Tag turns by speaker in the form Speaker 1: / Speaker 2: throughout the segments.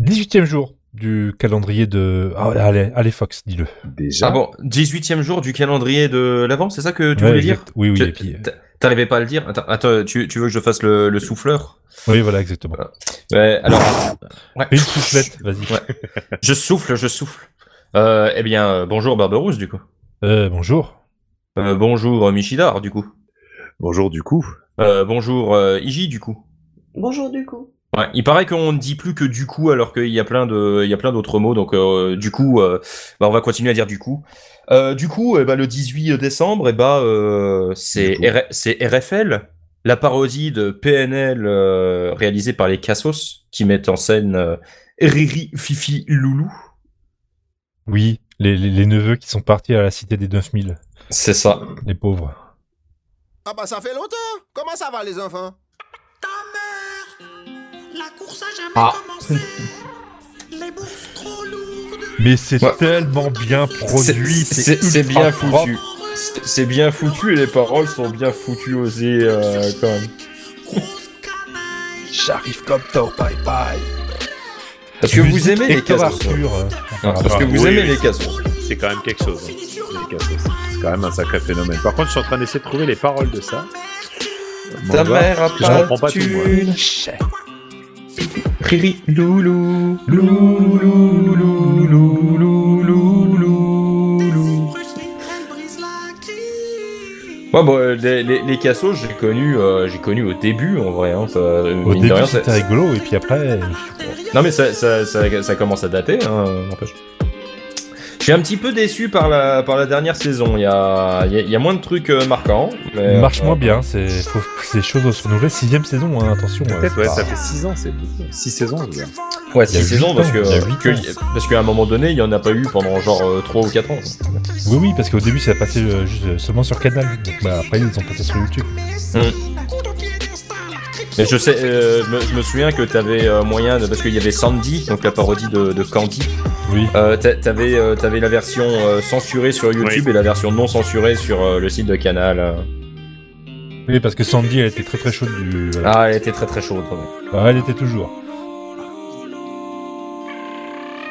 Speaker 1: 18e jour du calendrier de. Ah, allez, allez, Fox, dis-le.
Speaker 2: Déjà.
Speaker 3: Ah bon, 18e jour du calendrier de l'avant, c'est ça que tu
Speaker 1: Ouais,
Speaker 3: voulais dire
Speaker 1: exact. Oui, oui.
Speaker 3: Tu-
Speaker 1: et puis, euh,
Speaker 3: t'a- T'arrivais pas à le dire Attends, attends, tu, tu veux que je fasse le, le souffleur
Speaker 1: oui, voilà, exactement.
Speaker 3: Ouais, alors, ouais.
Speaker 1: Une soufflette, vas-y.
Speaker 3: Ouais. je souffle, je souffle. Euh, eh bien, euh, bonjour Barberousse, du coup.
Speaker 1: Euh, bonjour.
Speaker 3: Euh, bonjour euh, Michidar, du coup.
Speaker 2: Bonjour du coup.
Speaker 3: Euh, bonjour euh, Iji, du coup.
Speaker 4: Bonjour du coup.
Speaker 3: Ouais, il paraît qu'on ne dit plus que du coup alors qu'il y a plein de, il y a plein d'autres mots. Donc euh, du coup, euh, bah, on va continuer à dire du coup. Euh, du coup, eh ben, le 18 décembre, eh ben, euh, c'est
Speaker 2: Du coup.
Speaker 3: R- c'est RFL, la parodie de PNL euh, réalisée par les Cassos qui mettent en scène euh, Riri, Fifi, Loulou.
Speaker 1: Oui, les, les- les neveux qui sont partis à la cité des 9000,
Speaker 3: C'est ça.
Speaker 1: les pauvres.
Speaker 5: Ah bah ça fait longtemps Comment ça va les enfants
Speaker 6: Ta mère La course a jamais
Speaker 3: Ah.
Speaker 6: commencé Les bouffes trop lourdes
Speaker 1: Mais c'est
Speaker 3: Ouais.
Speaker 1: tellement bien produit,
Speaker 3: C'est-
Speaker 1: c'est
Speaker 3: c'est- c'est
Speaker 1: ultra
Speaker 3: bien
Speaker 1: propre.
Speaker 3: foutu. C'est- C'est bien foutu et les paroles sont bien foutues aussi euh, quand même.
Speaker 6: Grosse canaille
Speaker 5: J'arrive comme toi, bye bye
Speaker 3: Parce que vous aimez les
Speaker 1: Hector
Speaker 3: Cassos.
Speaker 1: Arthur, euh,
Speaker 3: Parce que vous
Speaker 7: Oui,
Speaker 3: aimez
Speaker 7: oui.
Speaker 3: les Cassos.
Speaker 7: C'est quand même quelque chose, hein.
Speaker 6: Fini sur
Speaker 7: Les
Speaker 6: la
Speaker 7: Cassos. C'est
Speaker 6: paille.
Speaker 7: quand même un sacré phénomène. Par contre, je suis en train d'essayer de trouver les paroles de ça. Bon,
Speaker 3: Ta
Speaker 7: on va.
Speaker 3: mère a
Speaker 7: Je comprends pas tout, moi.
Speaker 3: thune. Riri, loulou, loulou, loulou, loulou, loulou, loulou.
Speaker 6: Bruce Lee, elle brise la quille.
Speaker 3: Ouais, bon, euh, les, les, les cassos, j'ai connu, euh, j'ai connu au début, en vrai. Hein, ça, euh,
Speaker 1: au
Speaker 3: mine de rien,
Speaker 1: début
Speaker 3: ça-
Speaker 1: c'était rigolo, et puis après, euh,
Speaker 3: Non, mais ça, ça, ça, ça commence à dater, hein, n'empêche. Je suis un petit peu déçu par la, par la dernière saison. Il y a, il y a- il y a moins de trucs euh, marquants. mais,
Speaker 1: marche
Speaker 3: euh,
Speaker 1: moins bien, c'est faut- ces choses doivent se renouveler. Sixième saison, hein, attention. euh,
Speaker 7: Peut-être,
Speaker 1: c'est
Speaker 7: ouais, bah.
Speaker 1: pas-
Speaker 7: ça fait 6 ans, c'est beaucoup. 6 saisons, je veux dire.
Speaker 3: Ouais,
Speaker 1: Il y a
Speaker 3: six saisons,
Speaker 1: huit
Speaker 3: parce
Speaker 1: ans,
Speaker 3: que,
Speaker 1: il y a huit
Speaker 3: que-
Speaker 1: ans.
Speaker 3: parce qu'à un moment donné, il y en a pas eu pendant genre 3 ou 4 ans.
Speaker 1: Oui, oui, parce qu'au début ça passait euh, juste, euh, seulement sur Canal, donc bah, après ils ont passé sur YouTube.
Speaker 3: Mm. Mais je sais, euh, je me- je me souviens que t'avais euh, moyen de, parce qu'il y avait Sandy, donc la parodie de, de Candy.
Speaker 1: Oui.
Speaker 3: Euh, t'a- t'avais, euh, t'avais la version euh, censurée sur YouTube et la version non censurée sur euh, le site de Canal. euh.
Speaker 1: Oui, parce que Sandy elle était très très chaude du. euh, voilà.
Speaker 3: Ah, elle était très très chaude. ouais.
Speaker 1: Ah, elle était toujours.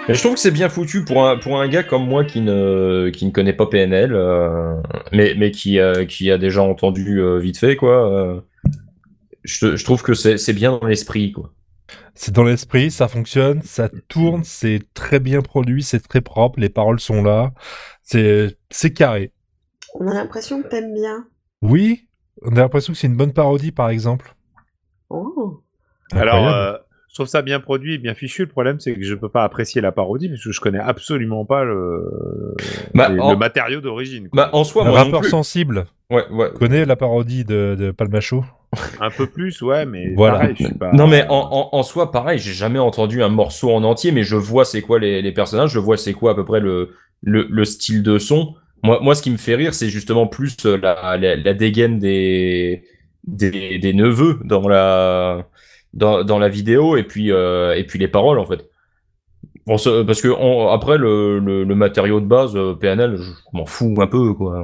Speaker 3: Mais je trouve que c'est bien foutu pour un, pour un gars comme moi qui ne, qui ne connaît pas PNL, euh, mais, mais qui, euh, qui a déjà entendu euh, vite fait, quoi. euh, je, je trouve que c'est c'est bien dans l'esprit, quoi.
Speaker 1: C'est dans l'esprit, ça fonctionne, ça tourne, c'est très bien produit, c'est très propre, les paroles sont là, c'est c'est carré.
Speaker 4: On a l'impression que t'aimes bien.
Speaker 1: Oui, on a l'impression que c'est une bonne parodie par exemple.
Speaker 4: Oh.
Speaker 7: Alors,
Speaker 1: Incroyable.
Speaker 7: euh, je trouve ça bien produit et bien fichu. Le problème, c'est que je peux pas apprécier la parodie parce que je connais absolument pas le,
Speaker 3: Bah,
Speaker 7: les-
Speaker 3: en,
Speaker 7: le matériau d'origine. quoi.
Speaker 3: bah, en soi,
Speaker 1: Un
Speaker 3: moi non
Speaker 1: rappeur
Speaker 3: plus.
Speaker 1: sensible,
Speaker 3: Ouais, ouais.
Speaker 1: connais la parodie de, de Palmacho
Speaker 7: Un peu plus, ouais, mais
Speaker 1: Voilà.
Speaker 7: pareil, je suis pas.
Speaker 3: Non mais en, en, en soi pareil, j'ai jamais entendu un morceau en entier, mais je vois c'est quoi les, les personnages, je vois c'est quoi à peu près le, le, le style de son. Moi, moi ce qui me fait rire c'est justement plus euh, la, la, la dégaine des, des, des neveux dans la, dans, dans la vidéo et puis, euh, et puis les paroles en fait. Bon, ça- parce que on- après le, le, le matériau de base euh, PNL, je m'en fous un peu quoi.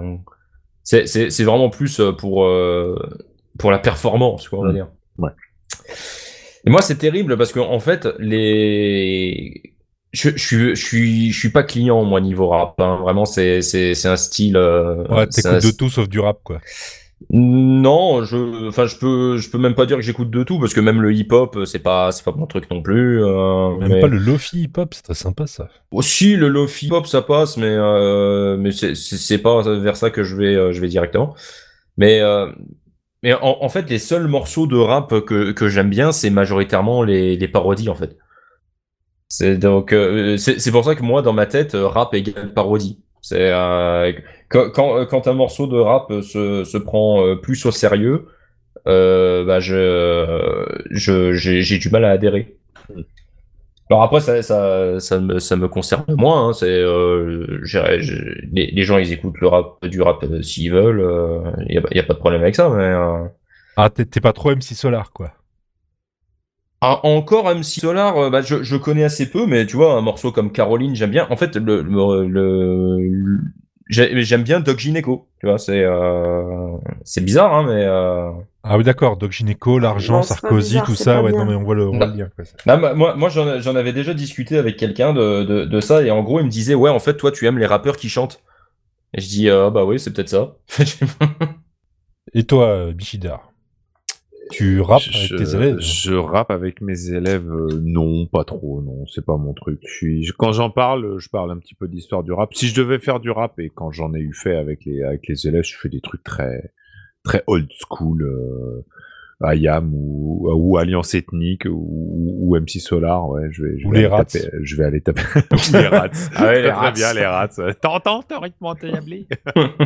Speaker 3: C'est- C'est c'est vraiment plus euh, pour, euh, pour la performance quoi on va
Speaker 7: Mm.
Speaker 3: dire.
Speaker 7: Ouais.
Speaker 3: Et moi, c'est terrible parce que en fait, les, je, je, suis- je suis, je suis pas client moi niveau rap. hein. Vraiment, c'est, c'est, c'est un style. euh,
Speaker 7: Ah,
Speaker 1: Ouais,
Speaker 3: c'est
Speaker 1: t'écoutes
Speaker 3: un-
Speaker 1: de tout sauf du rap quoi.
Speaker 3: Non, je, enfin, je peux, je peux même pas dire que j'écoute de tout parce que même le hip-hop, c'est pas, c'est pas mon truc non plus. euh,
Speaker 1: Même
Speaker 3: mais-
Speaker 1: pas le lofi hip-hop, c'est très sympa ça.
Speaker 3: aussi Oh, le lofi pop ça passe mais euh, mais c'est c'est c'est pas vers ça que je vais euh, je vais directement mais euh, mais en, en fait les seuls morceaux de rap que que j'aime bien c'est majoritairement les les parodies en fait c'est donc euh, c'est c'est pour ça que moi dans ma tête euh, rap égale parodie c'est euh, quand quand euh, quand un morceau de rap euh, se se prend euh, plus au sérieux euh, bah je euh, je j'ai j'ai du mal à adhérer alors après, ça, ça, ça, me, ça me concerne moins. hein, C'est, euh, j'ai- j'ai- les, les gens, ils écoutent le rap, du rap euh, s'ils veulent. Il n'y a, pas de problème avec ça. Mais, euh,
Speaker 1: Ah, t'es t'es pas trop MC Solar quoi.
Speaker 3: Ah, encore MC Solar, euh, bah, je, je connais assez peu, mais tu vois, un morceau comme Caroline, j'aime bien. En fait, le, le, le- le- j'ai- j'aime bien Doc Gineco. Tu vois, c'est euh, c'est bizarre, hein, mais euh,
Speaker 1: Ah oui, d'accord. Doc Gynéco, l'argent,
Speaker 4: Non, c'est pas
Speaker 1: Sarkozy,
Speaker 4: bizarre,
Speaker 1: tout
Speaker 4: c'est
Speaker 1: ça.
Speaker 4: pas
Speaker 1: Ouais,
Speaker 4: bien.
Speaker 1: non, mais on voit le, on voit le
Speaker 3: Non.
Speaker 1: lien. quoi.
Speaker 3: Non, moi- bah, moi, moi j'en j'en avais déjà discuté avec quelqu'un de, de, de ça, et en gros, il me disait, ouais, en fait, toi, tu aimes les rappeurs qui chantent. Et je dis, Ah, bah oui, c'est peut-être ça.
Speaker 1: Et toi, euh, Bichidar Tu rappes avec
Speaker 7: je,
Speaker 1: tes élèves
Speaker 7: Je rappe avec mes élèves, euh, non, pas trop, non, c'est pas mon truc. Je suis, je- quand j'en parle, je parle un petit peu d'histoire du rap. Si je devais faire du rap, et quand j'en ai eu fait avec les, avec les élèves, je fais des trucs très, très old school, euh, IAM ou, ou Alliance Ethnique ou, ou MC Solar, ouais, je vais, je
Speaker 1: Ou
Speaker 7: vais
Speaker 1: les
Speaker 7: aller
Speaker 1: rats.
Speaker 7: taper- je vais aller taper. ou les rats.
Speaker 3: Ah ouais, les
Speaker 7: très
Speaker 3: rats.
Speaker 7: bien, les rats. T'entends, théoriquement, t'es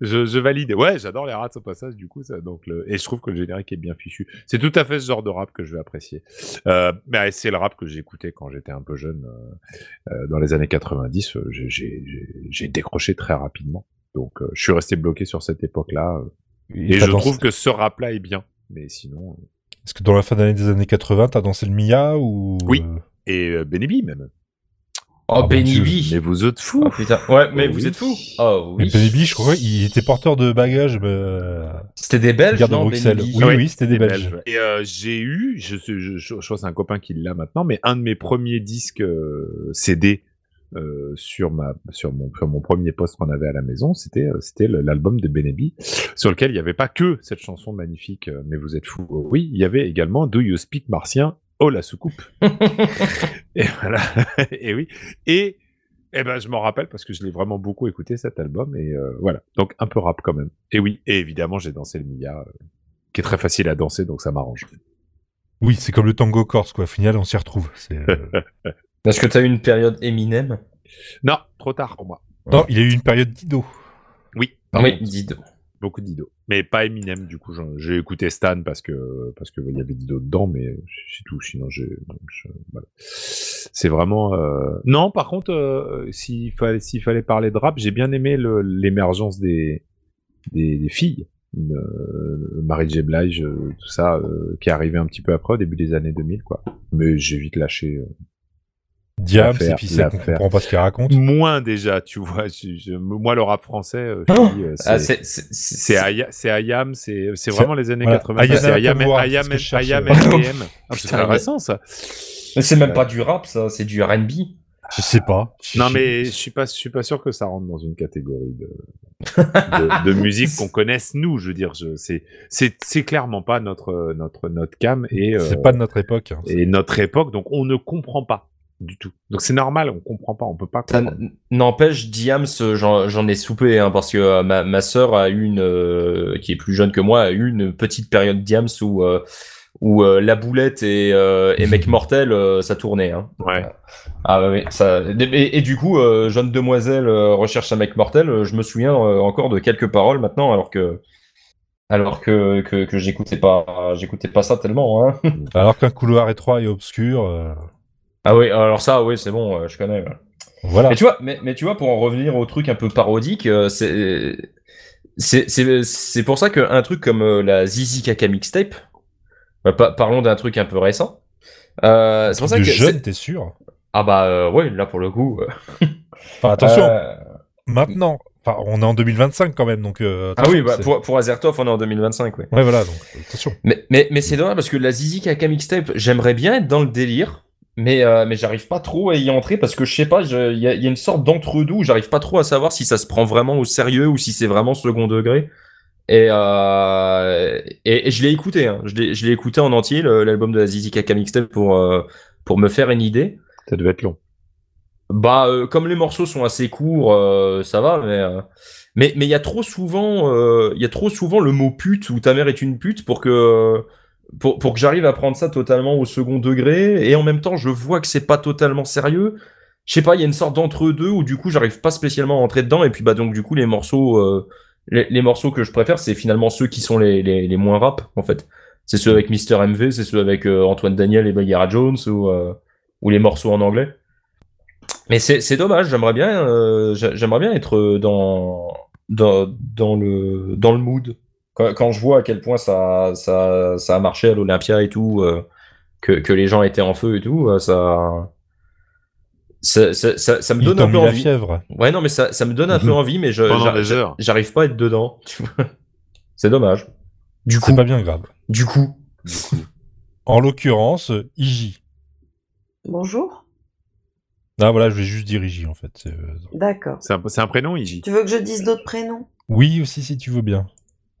Speaker 7: je, je valide. Ouais, j'adore les rats au passage, du coup. Ça, donc le... Et je trouve que le générique est bien fichu. C'est tout à fait ce genre de rap que je vais apprécier. Euh, mais c'est le rap que j'écoutais quand j'étais un peu jeune. euh, euh, dans les années 90, euh, j'ai- j'ai j'ai- j'ai décroché très rapidement. Donc euh, je suis resté bloqué sur cette époque-là. euh, et
Speaker 1: T'as
Speaker 7: je
Speaker 1: dansé-
Speaker 7: trouve que ce rap-là est bien. Mais sinon... euh,
Speaker 1: Est-ce que dans la fin d'année des années 80, t'as dansé le Mia ou
Speaker 7: Oui.
Speaker 1: euh,
Speaker 7: Et euh, Benny B, même.
Speaker 1: Ah,
Speaker 3: Oh,
Speaker 1: mon
Speaker 3: Benny
Speaker 1: Dieu,
Speaker 3: B.
Speaker 7: Mais vous êtes fous
Speaker 3: Oh putain, ouais, mais
Speaker 7: Oh,
Speaker 3: vous
Speaker 7: oui.
Speaker 3: êtes fous. Oh
Speaker 1: Mais
Speaker 3: oui.
Speaker 1: Benny B, je crois qu'il était porteur de bagages. mais, euh,
Speaker 3: C'était des Belges,
Speaker 1: Garde de
Speaker 3: non,
Speaker 1: Bruxelles.
Speaker 3: Benny B
Speaker 1: Oui,
Speaker 7: Ouais,
Speaker 1: oui, c'était des Belges.
Speaker 7: Et euh, j'ai eu, je, sais- je, je, je crois que c'est un copain qui l'a maintenant, mais un de mes premiers disques euh, CD euh, sur, ma, sur, mon, sur mon premier poste qu'on avait à la maison, c'était euh, c'était le- l'album de Benebi, sur lequel il n'y avait pas que cette chanson magnifique, euh, mais vous êtes fous. Oh Oui, il y avait également Do You Speak Martien, Oh la soucoupe. et voilà, et oui. Et. Eh ben, je m'en rappelle parce que je l'ai vraiment beaucoup écouté cet album et euh, voilà. Donc un peu rap quand même. Et oui, et évidemment j'ai dansé le Mia euh, qui est très facile à danser, donc ça m'arrange.
Speaker 1: Oui, c'est comme le tango corse, quoi. Au final, on s'y retrouve. C'est, euh,
Speaker 3: Est-ce que t'as eu une période Eminem
Speaker 7: Non, trop tard pour moi.
Speaker 1: non, il y a eu une période d'Ido.
Speaker 7: Oui, par
Speaker 3: Oui,
Speaker 7: contre,
Speaker 3: dis donc.
Speaker 7: beaucoup de Dido. Mais pas Eminem, du coup. j'en- J'ai écouté Stan parce que parce que bah, il y avait Dido dedans, mais c'est tout. Sinon, j'ai. donc, je- voilà. C'est vraiment. euh, Non, par contre, euh, s'il fallait, s'il fallait parler de rap, j'ai bien aimé le- l'émergence des, des, des filles. Euh, Marie J. Blige, euh, tout ça, euh, qui est arrivé un petit peu après, au début des années 2000, quoi. Mais j'ai vite lâché. euh,
Speaker 1: Diams,
Speaker 7: L'affaire,
Speaker 1: et puis ça, on
Speaker 7: l'affaire.
Speaker 1: comprend pas ce qu'il raconte.
Speaker 7: Moins déjà, tu vois. je- je- moi, le rap français, euh, je te dis, euh,
Speaker 3: Ah,
Speaker 7: c'est-
Speaker 3: c'est- c'est-
Speaker 7: C'est
Speaker 3: c'est-
Speaker 7: Aya- c'est Ayam, c'est c'est
Speaker 1: C'est-
Speaker 7: vraiment les années
Speaker 1: voilà,
Speaker 7: 80.
Speaker 1: Ayana
Speaker 7: C'est Ayam,
Speaker 1: Kamura,
Speaker 7: Ayam,
Speaker 1: c'est ce que je
Speaker 7: Ayam
Speaker 1: cherchais.
Speaker 7: NPM. Ah, C'est
Speaker 3: Putain,
Speaker 7: très
Speaker 3: mais-
Speaker 7: récent ça.
Speaker 3: Mais c'est même pas du rap, ça, c'est du RB.
Speaker 1: Je sais pas.
Speaker 7: Non mais je suis pas, je suis pas sûr que ça rentre dans une catégorie de de, de musique qu'on connaisse nous. Je veux dire, je- c'est c'est c'est clairement pas notre notre notre cam et euh,
Speaker 1: C'est pas de notre époque. hein.
Speaker 7: et notre époque. Donc on ne comprend pas du tout. Donc c'est normal, on comprend pas, on peut pas.
Speaker 3: Ça
Speaker 7: comprendre.
Speaker 3: n- N'empêche, Diams, euh, j'en j'en ai soupé, hein, parce que euh, ma, ma sœur a eu une, euh, qui est plus jeune que moi, a eu une petite période Diams où, euh, où euh, la boulette et, euh, et mec mortel, euh, ça tournait. Hein.
Speaker 7: Ouais.
Speaker 3: Ah ouais, ouais, ça. Et, et du coup, euh, jeune demoiselle euh, recherche un mec mortel. euh, je me souviens euh, encore de quelques paroles maintenant, alors que alors que que, que j'écoutais pas j'écoutais pas ça tellement. Hein.
Speaker 1: Alors qu'un couloir étroit et obscur. euh,
Speaker 3: Ah oui, alors ça, oui, c'est bon, euh, je connais. ouais.
Speaker 1: Voilà.
Speaker 3: Mais tu vois, mais, mais tu vois, pour en revenir au truc un peu parodique, euh, c'est c'est c'est c'est pour ça qu'un truc comme euh, la Zizi Kaka mixtape, bah, pa- parlons d'un truc un peu récent. Euh, c'est pour ça
Speaker 1: de
Speaker 3: que
Speaker 1: jeune,
Speaker 3: c'est-
Speaker 1: t'es sûr
Speaker 3: ah bah euh, ouais, là pour le coup. euh,
Speaker 1: Enfin, attention,
Speaker 3: euh,
Speaker 1: maintenant. Enfin, on est en 2025 quand même, donc. euh,
Speaker 3: ah oui,
Speaker 1: attention,
Speaker 3: bah,
Speaker 1: c'est-
Speaker 3: pour pour Azertov, on est en 2025, ouais.
Speaker 1: Ouais, voilà, donc attention.
Speaker 3: Mais mais mais c'est dommage parce que la Zizi Kaka mixtape, j'aimerais bien être dans le délire. Mais, euh, mais j'arrive pas trop à y entrer parce que je sais pas, je- il y, a- il y a une sorte d'entre-deux où j'arrive pas trop à savoir si ça se prend vraiment au sérieux ou si c'est vraiment second degré. Et, euh, et, et je l'ai écouté, hein. je l'ai je l'ai écouté en entier, le- l'album de la Zizi Kaka mixtape pour, euh, pour me faire une idée.
Speaker 7: Ça devait être long.
Speaker 3: Bah, euh, comme les morceaux sont assez courts, euh, ça va, mais euh, mais mais il y a trop souvent, euh, il y a trop souvent le mot pute ou ta mère est une pute pour que pour, pour que j'arrive à prendre ça totalement au second degré et en même temps je vois que c'est pas totalement sérieux. Je sais pas, il y a une sorte d'entre deux où du coup j'arrive pas spécialement à entrer dedans et puis bah donc du coup les morceaux euh, les, les morceaux que je préfère c'est finalement ceux qui sont les, les, les moins rap en fait. C'est ceux avec Mister MV, c'est ceux avec euh, Antoine Daniel et Bagheera Jones ou euh, ou les morceaux en anglais. Mais c'est c'est dommage, j'aimerais bien, euh, j'a- j'aimerais bien être euh, dans, dans, dans, le, dans le mood. Quand, quand je vois à quel point ça, ça, ça a marché à l'Olympia et tout, euh, que, que les gens étaient en feu et tout, euh, ça, ça, ça, ça, ça me
Speaker 1: Ils
Speaker 3: donne
Speaker 1: t'ont
Speaker 3: un
Speaker 1: mis
Speaker 3: peu
Speaker 1: la
Speaker 3: envie.
Speaker 1: fièvre. Mhm.
Speaker 3: Ouais, non, mais ça, ça me donne un peu envie, mais je,
Speaker 7: Pendant
Speaker 3: j'a-
Speaker 7: des heures.
Speaker 3: j'arrive pas à être dedans. tu vois. C'est dommage. Du coup,
Speaker 1: C'est pas bien grave.
Speaker 3: du coup,
Speaker 1: En l'occurrence, euh, IJ.
Speaker 4: Bonjour.
Speaker 1: Ah voilà, je vais juste dire IJ en fait. c'est, euh,
Speaker 4: D'accord.
Speaker 7: C'est un, c'est un prénom, Iji
Speaker 4: Tu veux que je dise d'autres prénoms
Speaker 1: Oui aussi si tu veux bien.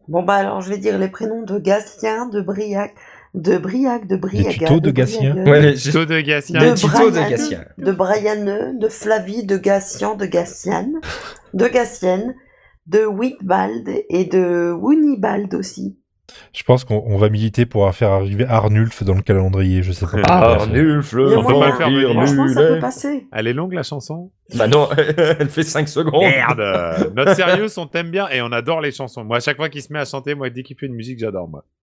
Speaker 4: Bon, bah alors, je vais dire les prénoms de Gatien, de Briac, de Briac, de Briaga.
Speaker 1: tutos de
Speaker 4: de
Speaker 1: Gatien
Speaker 4: Briagueux,
Speaker 3: ouais, je-
Speaker 7: Tuto de Gatien.
Speaker 3: le
Speaker 4: De
Speaker 3: tuto
Speaker 4: Brian.
Speaker 3: de Gatien.
Speaker 4: de Brianeux, de Flavie, de Gatien, de Gatiane, de Gatienne, de Whitbald et de Wunibald aussi.
Speaker 1: Je pense qu'on on va militer pour faire arriver Arnulf dans le calendrier. Je sais pas.
Speaker 3: Ah,
Speaker 1: Bref.
Speaker 3: nul,
Speaker 4: Il y
Speaker 3: fleur,
Speaker 4: a
Speaker 7: on peut pas
Speaker 4: moyen.
Speaker 7: le faire venir.
Speaker 4: Franchement, ça peut passer.
Speaker 7: Elle est longue la chanson Euh,
Speaker 3: Bah non, elle fait 5 secondes.
Speaker 7: Merde Notre sérieux, on t'aime bien et on adore les chansons. Moi, à chaque fois qu'il se met à chanter, moi, dès qu'il fait une musique, j'adore, moi.